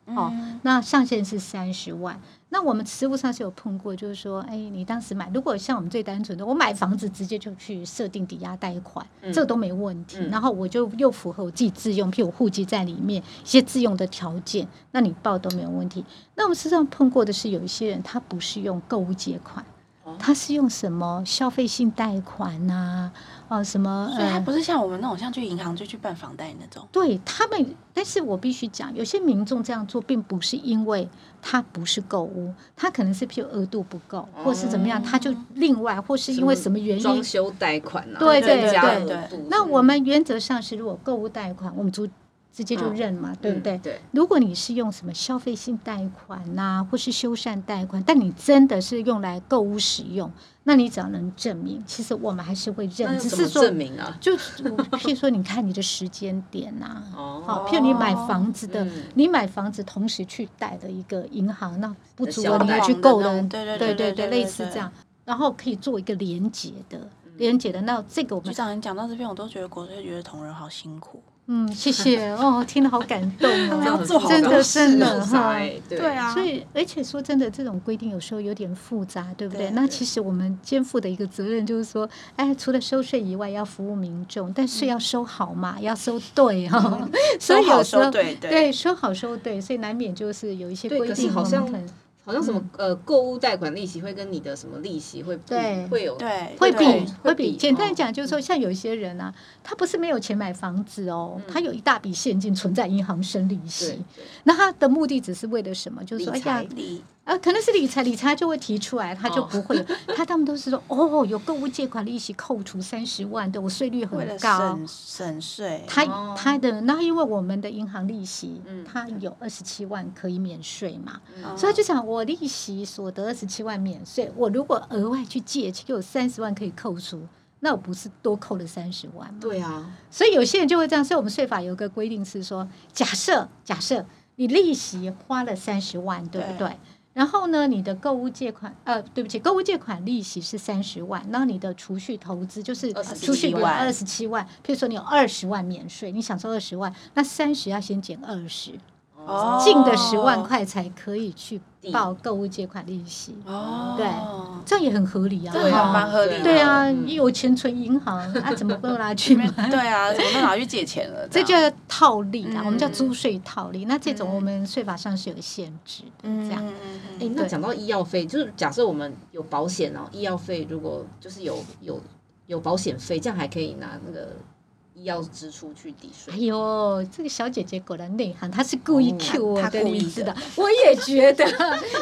E: 哦，
C: 嗯
E: 那上限是三十万。那我们实务上是有碰过，就是说，哎，你当时买，如果像我们最单纯的，我买房子直接就去设定抵押贷款，
C: 嗯
E: 这都没问题。然后我就又符合我自己自用，譬如户籍在里面一些自用的条件，那你报都没有问题。那我们实际上碰过的是，有一些人他不是用购物借款，
C: 哦
E: 他是用什么消费性贷款呐、啊，呃，什么
C: 所以
E: 呃
C: 他。不是像我们那种像去银行就去办房贷那种，
E: 对他们，但是我必须讲，有些民众这样做，并不是因为他不是购物，他可能是譬如额度不够，或是怎么样，他就另外，或是因为什么原
G: 哦装
E: 因。
G: 修贷款啊，
E: 对对
G: 增加
E: 对
G: 额度
E: 那我们原则上是，如果购物贷款，我们主直接
G: 嗯
E: 就认嘛，对不对？
G: 对，
E: 如果你是用什么消费性贷款呐、或是修缮贷款，但你真的是用来购物使用，那你只要能证明，其实我们还是会
G: 那
E: 认，
G: 要
E: 只
G: 怎
E: 是
G: 么
E: 说
G: 证明啊？
E: 就譬如说，你看你的时间点呐、
G: 哦
E: 好，譬如你买房子的，
G: 嗯
E: 你买房子同时去贷的一个银行，那不足啊
G: 小
E: 额你
G: 贷
E: 也去
C: 的
E: 购
C: 那
E: 了，
C: 种对对
E: 对
C: 对对对
E: 类似
C: 对
E: 这样，然后可以做一个连结的，连结的，那这个我
C: 局
E: 们
C: 长，你讲到这边，我都觉得国税局的同仁好辛苦。
E: 嗯，谢谢哦，听了好感动
G: 这样
E: 哦
G: 子，做好
E: 真的
G: 公
E: 真
G: 司
E: 的
G: 很傻
E: 哈。
G: 欸对
C: 对啊
E: 所以，而且说真的，这种规定有时候有点复杂，对不对？
C: 对
E: 那
G: 对
E: 其实我们肩负的一个责任就是说，哎，除了收税以外，要服务民众，但税要收好嘛，要收对哦。所以
C: 收好
E: 有时候
C: 收对对
E: 收好收对，所以难免就是有一些
G: 对
E: 规
G: 可是
E: 定，
G: 好
E: 我们
G: 像
E: 很
G: 好像什么呃，购物贷款利息会跟你的什么利息会不
E: 嗯对
G: 会有
C: 对，
E: 会
G: 对
E: 比
G: 对
E: 会
G: 会
E: 比
G: 比
E: 简单
G: 哦
E: 讲，就是说像有一些人啊，他不是没有钱买房子哦，他有一大笔现金存在银行生利
G: 嗯对
E: 息，那他的目的只是为了什么？就是说，哎
G: 理
E: 呀
G: 财，
C: 理
E: 啊，可能是理财，理财就会提出来，他就
G: 哦
E: 不 会有。他他们都是说，哦，有购物借款利息扣除三十万，对我税率
C: 为
E: 很
C: 了
E: 高。
C: 省省税，
E: 他
G: 哦
E: 他的那因为我们的银行利息
G: 嗯，
E: 它有二十七万可以免税嘛，
G: 嗯
E: 所以他就想我利息所得二十七万免税，我如果额外去借，就有三十万可以扣除，那我不是多扣了三十万吗？
G: 对啊，
E: 所以有些人就会这样，所以我们税法有一个规定是说，假设假设你利息花了三十万，对不对？然后呢，你的购物借款，呃，对不起，购物借款利息是三十万，那你的储蓄投资就是
G: 27
E: 储蓄有
C: 万
E: 二十七万，譬如说你有二十万免税，你享受二十万，那三十要先减二十，
C: 哦
E: 进的十万块才可以去
G: 抵
E: 报购物借款利息，
C: 哦，
E: 对这样也很合理啊，
C: 这
G: 啊
C: 还蛮合理的。
E: 对啊，
G: 嗯
E: 你有钱存银行，啊，怎么够拿去买？
C: 对啊，怎么都拿去借钱 了？
E: 这
C: 样
E: 叫套利啦，
C: 嗯
E: 我们叫租税套利。那这种我们税法上是有限制的，这样。
C: 嗯嗯嗯
G: 哎、那讲到医药费，就是假设我们有保险哦，医药费如果就是有有有保险费，这样还可以拿那个医药支出去抵税
E: 哎。呦，这个小姐姐果然内行，她是故意 Q 我
C: 嗯她
E: 的，
C: 她故意
E: 你
C: 的
E: 知道？我也觉得，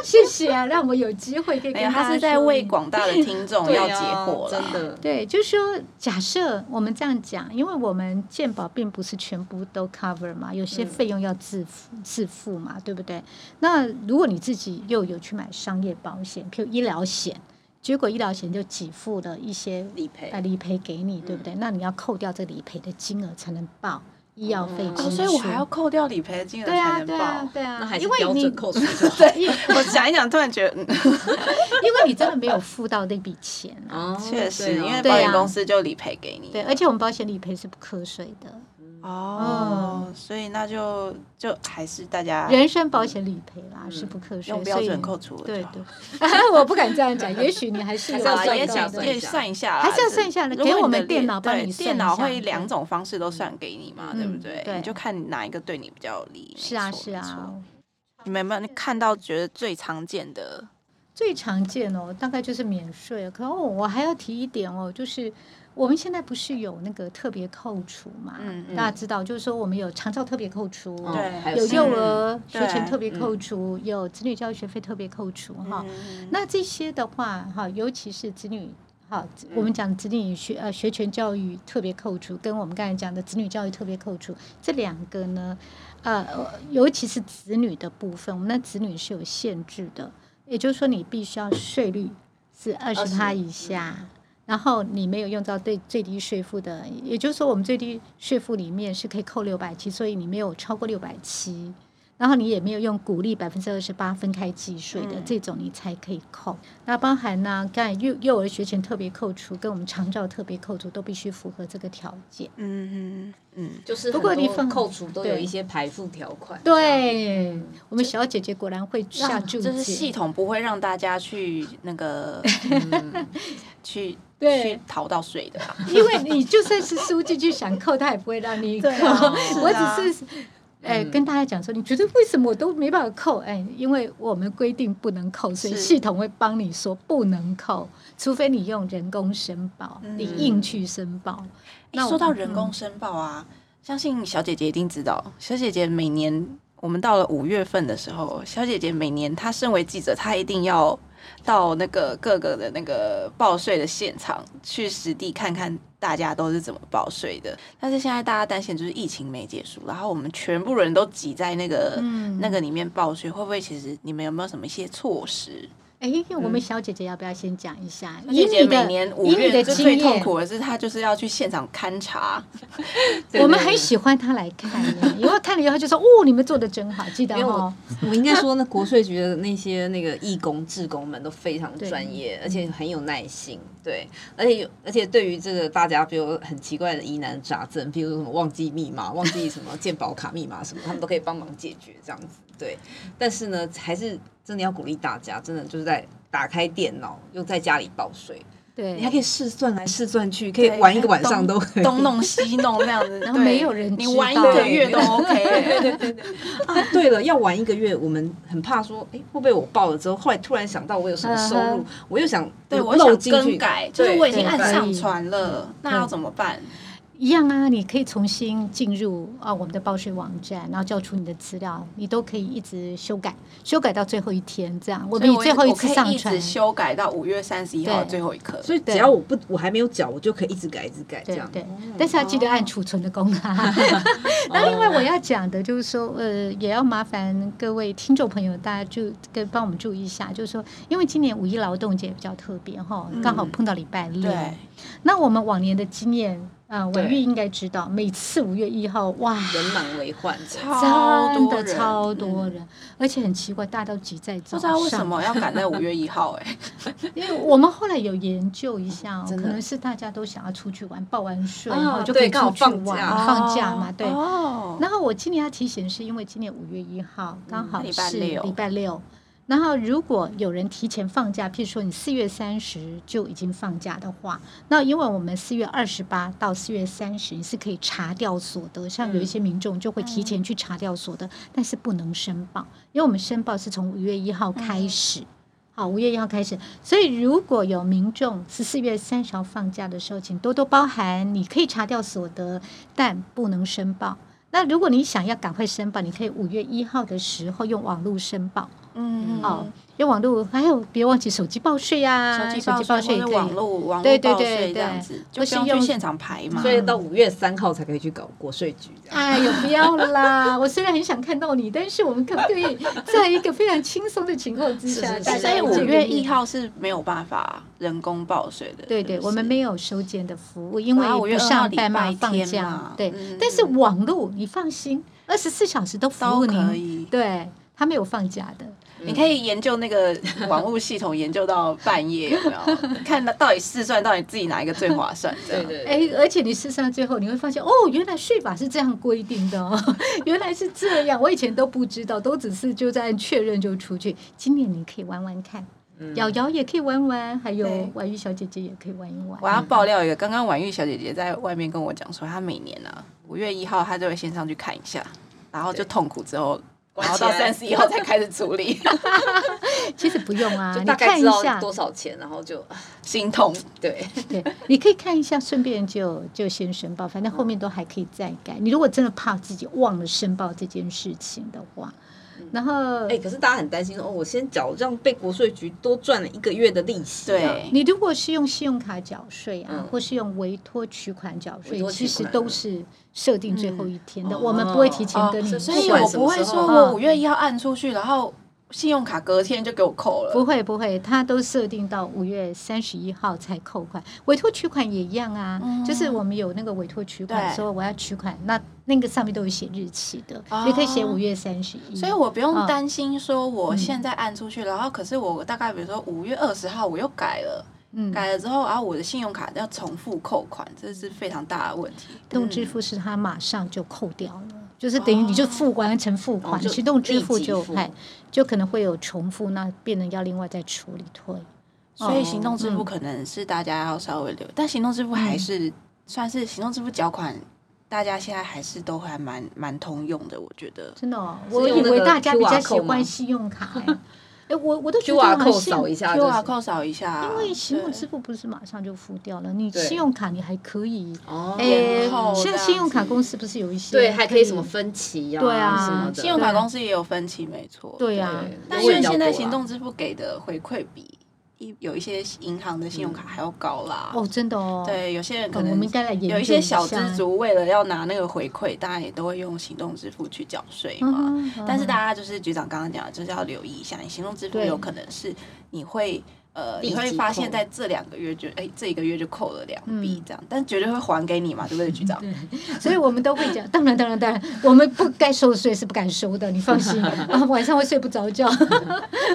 E: 谢谢啊，让我有机会可以跟
C: 哎呀，
E: 大家
C: 他是在为
E: 说
C: 广大的听 众
G: 对
C: 要
G: 啊
C: 解惑了
G: 真。的。
E: 对，就是说，假设我们这样讲，因为我们健保并不是全部都 cover 嘛，有
C: 嗯
E: 些费用要自付、自付嘛，对不对？那如果你自己又有去买商业保险，譬如医疗险，结果医疗险就给付了一些
G: 理赔
E: 呃理赔给你，
C: 嗯
E: 对不对？那你要扣掉这理赔的金额才能报医药费支出、
C: 哦，所以我还要扣掉理赔的金额
E: 对
C: 才
E: 啊，
C: 能
E: 对啊
C: 报，。
E: 对
G: 那
E: 啊，
G: 还
E: 因
G: 是
E: 为
G: 标
E: 你
G: 准扣除就 好。
E: 对，因
C: 我想一想，突然觉得，嗯，
E: 为你真的没有付到那笔钱啊。
G: 哦
C: 确实，
G: 对哦
C: 因为
E: 对
C: 保险
E: 啊
C: 公司就理赔给你。
E: 对，而且我们保险理赔是不课税的，
C: 哦，所以那就就还是大家
E: 嗯人身保险理赔啦、是不课税，
C: 嗯用标
E: 所以
C: 准扣除了
E: 对
C: 就好
E: 对， 我不敢这样讲，也许你还是有
G: 还是要
C: 好啦
E: 算
G: 算
C: 也
E: 到
C: 想
E: 的
G: 算
C: 也
G: 一下
C: 算一下啦，
E: 还是要
C: 这
E: 算一下的
C: 如
E: 给
C: 果
E: 我
C: 你
E: 们
C: 的
E: 电
C: 脸
E: 脑帮
C: 对
E: 你算
C: 电
E: 一
C: 脑
E: 下
C: 会两
E: 对
C: 种方式都算给你嘛，对不
E: 嗯
C: 对？
E: 对
C: 你就看哪一个对你比较有利。
E: 是啊
C: 没错
E: 是。
C: 没错
E: 啊，
C: 你们有没有看到觉得最常见的？
E: 最常见哦，大概就是免税。可哦，我还要提一点哦，就是我们现在不是有那个特别扣除嘛？
C: 嗯嗯
E: 大家知道，就是说我们有长照特别扣除，
G: 哦
C: 对嗯
G: 还
E: 有
G: 信任
E: 幼儿学前
C: 对
E: 特别扣除，有子女教育学费特别扣除哈。
C: 嗯
E: 那这些的话，哈，尤其是子女，哈，我们讲子女学呃学前教育特别扣除，跟我们刚才讲的子女教育特别扣除这两个呢，呃，尤其是子女的部分，我们的子女是有限制的，也就是说你必须要税率是二十趴以下。然后你没有用到最最低税负的，也就是说，我们最低税负里面是可以扣六百七，所以你没有超过六百七，然后你也没有用鼓励百分之二十八分开计税的、这种，你才可以扣。那包含呢，刚才幼幼儿学前特别扣除跟我们长照特别扣除都必须符合这个条件。
C: 嗯嗯嗯，
G: 就是
E: 不过
G: 很多
E: 你放
G: 扣除都有
E: 对
G: 一些排付条款。
E: 对、我们小姐姐果然会下注
C: 这是系
E: 解，
C: 统不会让大家去 那个嗯去
E: 对
C: 去逃到税的吧？
E: 因为你就算是书记去想扣，他也不会让你扣。
C: 对啊是啊
E: 我只是。哎，跟大家讲说，你觉得为什么我都没办法扣？哎，因为我们规定不能扣，所以
C: 是
E: 系统会帮你说不能扣，除非你用人工申报，你硬去申报。
C: 那
E: 那我嗯
C: 说到人工申报啊，相信小姐姐一定知道，小姐姐每年我们到了五月份的时候，小姐姐每年她身为记者，她一定要到那个各个的那个报税的现场去实地看看大家都是怎么报税的。但是现在大家担心就是疫情没结束，然后我们全部人都挤在那个、
E: 嗯
C: 那个里面报税，会不会其实你们有没有什么一些措施？
E: 哎、我们小姐姐要不要先讲一下？
C: 而且
E: 以
C: 嗯姐
E: 你的
C: 每年五
E: 以你
C: 月
E: 的
C: 就
E: 经
C: 最痛
E: 验，
C: 苦的是，她就是要去现场勘察。
E: 我们很喜欢她来看耶，以后看了以后就说：“哦，你们做的真好，记得
G: 因为
E: 哦。
G: 我应该说，那国税局的那些那个义工、志工们都非常
E: 对
G: 专业，而且很有耐心。对，而且有而且对于这个大家，比如很奇怪的疑难杂症，比如说什么忘记密码、忘记什么健保卡密码什么，他们都可以帮忙解决这样子。对，但是呢，还是真的要鼓励大家，真的就是在打开电脑，又在家里报税，”
E: 对，
G: 你还可以试算来试算去，可以玩一个晚上都可以。
C: 东弄西弄这样子，
E: 然后
C: 对
E: 没有人
C: 你
E: 知
C: 玩一
E: 道
C: 个月都 OK，
G: 啊，对了，要玩一个月，我们很怕说，哎，会不会我报了之后，后来突然想到我有什么收入
E: 嗯哼，
G: 我又想
C: 对我
G: 漏
C: 想
G: 进去
C: 更，改，就是我已经
E: 对
C: 按
E: 可以
C: 上传了，那要怎么办？
E: 一样啊，你可以重新进入啊我们的报税网站，然后交出你的资料，你都可以一直修改，修改到最后一天这样。我
C: 所
E: 们
C: 以
E: 以最后
C: 一
E: 一次
C: 我可
E: 上
C: 以
E: 传
C: 直，修改到五月三十一号
E: 对
C: 最后一刻。
G: 所以只要我不我还没有缴，我就可以一直改一直改这
E: 对
G: 样。
C: 哦
E: 对，但是要记得按储存的功啊。 那另外我要讲的就是说，呃，也要麻烦各位听众朋友，大家就跟帮我们注意一下，就是说，因为今年五一劳动节比较特别哈，刚好碰到礼拜六。
C: 嗯对，
E: 那我们往年的经验，啊，文
G: 对
E: 玉应该知道，每次五月一号，哇，
G: 人满为患这样，
C: 超
E: 真
C: 多
E: 的
C: 人
E: 超多
C: 嗯
E: 人，而且很奇怪，大家都挤在早
C: 不知
E: 上。
C: 道为什？么要赶在五月一号，哎，
E: 因为我们后来有研究一下、哦，可
G: 真的
E: 能是大家都想要出去玩，报完税、
G: 啊
E: 然后就可以
G: 对刚好
E: 出去
G: 放
E: 玩，
G: 假
E: 放假嘛，对。
C: 哦，
E: 然后我今年要提醒，是因为今年五月一号刚好
C: 嗯礼拜
E: 是
C: 六
E: 礼拜六。然后，如果有人提前放假，譬如说你四月三十就已经放假的话，那因为我们四月二十八到四月三十你是可以查掉所得，像有一
C: 嗯
E: 些民众就会提前去查掉所得，但是不能申报，因为我们申报是从五月一号开
C: 嗯
E: 始。好，五月一号开始，所以如果有民众是四月三十号放假的时候，请多多包涵。你可以查掉所得，但不能申报。那如果你想要赶快申报，你可以五月一号的时候用网络申报、
C: 嗯
E: 哦，用网络，还有别忘记手机报税啊，
C: 手
E: 手
C: 机报
E: 机报
C: 税
E: 税也
C: 或者
E: 可
C: 网
E: 以。
C: 络网络
E: 对对
C: 报
E: 对
C: 税这
E: 对
C: 样子，就
E: 或
C: 不
E: 是
C: 用去
E: 用
C: 现场排嘛
G: 所。以到五月三号才可以去搞国税局这
C: 啊
G: 样。
E: 哎呦，不要啦！我 虽然很想看到你，但是我们可不可以在一个非常轻松的情况之下，
G: 是是
E: 大
G: 是
E: 家
C: 所以
E: 一
C: 五
E: 起
C: 月
E: 努力
C: 一。号是没有办法人工报税的。
E: 对
C: 是啊
E: 对，
C: 不是
E: 我们没有收件的服务，因
C: 然后五
E: 为
C: 月
E: 不
C: 二号
E: 上
C: 礼
E: 班嘛，
C: 拜
E: 放
C: 天
E: 假
C: 嘛。
E: 对
C: 嗯，
E: 但是
C: 嗯
E: 网络你放心，二十四小时都服务
C: 都可
E: 您，
C: 以。
E: 对，他没有放假的。
C: 你可以研究那个网络系统，研究到半夜有没有？ 看到到底试算到底自己哪一个最划算？这样。
G: 对啊
E: 哎，而且你事实上最后你会发现，哦，原来税法是这样规定的、哦， 原来是这样，我以前都不知道，都只是就在确认就出去。今年你可以玩玩看，
G: 嗯
E: 瑶瑶也可以玩玩，还有
C: 对
E: 婉瑜小姐姐也可以玩一玩。
C: 我要爆料一个，刚刚婉玉小姐姐在外面跟我讲说，她每年啊五月一号她就会先上去看一下，然后就痛苦之后，然后到
G: 关起来
C: 三十一号才开始处 理，
E: 其实不用
C: 哎
E: 啊，
G: 就
E: 你
G: 大概
E: 看
G: 知
E: 一
G: 道
E: 下，
G: 多少钱，然后就啊
C: 心痛。
G: 对，
C: 嗯
E: 对，你可以看一下，顺便就就先申报，反正后面都还可以再改。你如果真的怕自己忘了申报这件事情的话，然后
G: 哎，可是大家很担心说哦，我先缴，这样被国税局多赚了一个月的利息啊。
C: 对，
E: 你如果是用信用卡缴税啊，
G: 嗯
E: 或是用委托取款缴税
G: 委，托取
E: 其
G: 款
E: 实都是设定最后一天的，
G: 嗯
E: 我们不会提前
C: 哦
E: 跟你
G: 是
E: 说。
C: 所
G: 不
C: 以
G: 管
C: 我
G: 什
C: 不
G: 么
C: 会
G: 时
C: 说
G: 候
C: 我
E: 嗯
C: 五月一号按出去，然后信用卡隔天就给我扣了。
E: 不会不会，它都设定到五月三十一号才扣款，委托取款也一样啊，就是我们有那个委托取款
C: 嗯对
E: 说我要取款，那那个上面都有写日期的，
C: 哦
E: 你可以写五月三十一。
C: 所以我不用
E: 嗯
C: 担心说我现在按出去，然后可是我大概比如说五月二十号我又改了，
E: 嗯，
C: 改了之后，然啊后我的信用卡要重复扣款，这是非常大的问题。
E: 动支付是它马上就扣掉了，就是等于你就付完成付款，
G: 哦就
E: 行动支付
G: 立
E: 就
G: 即付
E: 哎就可能会有重复，那变成要另外再处理退。哦
C: 所以行动支
E: 嗯
C: 付可能是大家要稍微留，但行动支付还是、算是行动支付缴款，大家现在还是都还蛮蛮通用的，我觉得。
E: 真的哦、我
G: 是用
E: 以
G: 那
E: 为
G: 个
E: 大家比较
G: QR
E: 喜
G: code
E: 欢
G: 吗
E: 信用卡、哎哎，我我都觉得
G: QR
E: 好像
G: code
E: 信
G: 扫一下
C: Q
G: 就是
C: R 扣扫一下，
E: 因为信用
C: 啊对
E: 支付不是马上就付掉了，你
G: 对
E: 信用卡你还可以，
G: 哦
E: 哎
C: 延后，这
E: 像
C: 样
E: 信用卡
C: 子
E: 公司不是有一些
G: 对，还可以什么分期呀，
E: 对啊
G: 什么的，
C: 信用卡公司也有分期，没错。
E: 对呀、啊
G: 对
C: 但
G: 我也
C: 是
G: 比较
C: 现在
G: 多啊
C: 行动支付给的回馈比一有一些银行的信用卡还要高啦。
E: 嗯哦，真的哦，
C: 对，有些人可
E: 哦我们
C: 能
E: 应该来研究
C: 有一些小
E: 下嗯
C: 资，族为了要拿那个回馈，当然也都会用行动支付去缴税嘛。
E: 嗯哼
C: 但是大家就是局长刚刚讲的，就是要留意一下，你行动支付
E: 对
C: 有可能是你会呃，
E: 立即
C: 你会发现在这两个月就哎、这一个月就扣了两笔
E: 嗯
C: 这样，但绝对会还给你嘛，对不对，局 长？
E: 所以我们都会讲，当然当然当然，我们不该收的税是不敢收的，你放 心啊，晚上会睡不着觉。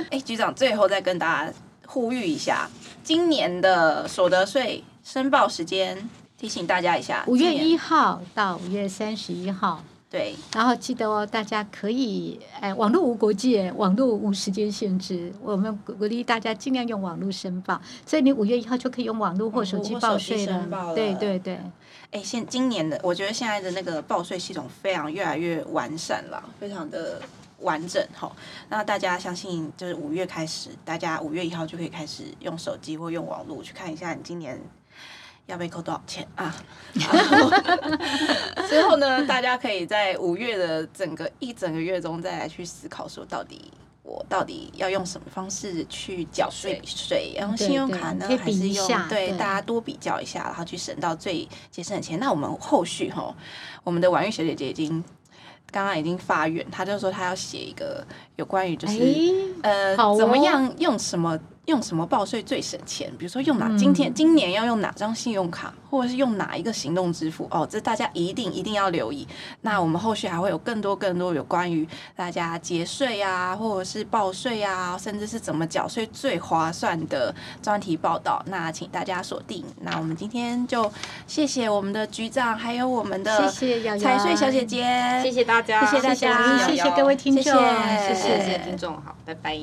C: 哎、局长，最后再跟大家呼吁一下，今年的所得税申报时间，提醒大家一下，
E: 五月
C: 今年
E: 一号到五月三十一号，
C: 对，
E: 然后记得哦，大家可以哎，网络无国界，网络无时间限制，我们鼓鼓励大家尽量用网络申报，所以你五月一号就可以用网络或手机
C: 网络或
E: 报
C: 手
E: 税
C: 机
E: 了
C: 申报。了
E: 对对对，
C: 哎、现今年的，我觉得现在的那个报税系统非常越来越完善了，非常的完整哈。那大家相信，就是五月开始，大家五月一号就可以开始用手机或用网络去看一下你今年要被扣多少钱啊。 然后之后呢，大家可以在五月的整个一整个月中再来去思考，说到底。我到底要用什么方式去缴税？税，然后信用卡呢
E: 对，对
C: 还
E: 可以比
C: 是
E: 一
C: 用
E: 下
C: 对
E: 对
C: 大家多比较一下，然后去省到最节省的钱。那我们后续哈，我们的婉玉小姐姐已经刚刚已经发愿，她就说她要写一个有关于就是、
E: 哎，
C: 呃、
E: 好哦
C: 怎么样用什么用什么报税最省钱，比如说用哪、
E: 嗯
C: 今天今年要用哪张信用卡，或者是用哪一个行动支付哦，这大家一定一定要留意。那我们后续还会有更多更多有关于大家节税啊，或者是报税啊，甚至是怎么缴税最划算的专题报道。那请大家锁定。那我们今天就谢谢我们的局长，还有我们的
E: 谢谢瑶瑶
C: 财税小姐姐，
G: 谢谢大家，
C: 谢谢大家
G: 瑶瑶
E: 谢谢各位听众，
C: 谢
G: 谢谢谢
C: 谢
G: 谢听众，好，拜拜。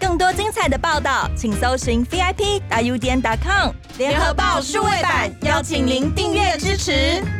A: 更多精彩的报道，请搜寻 VIP 大 U 点 .com 联合报数位版，邀请您订阅支持。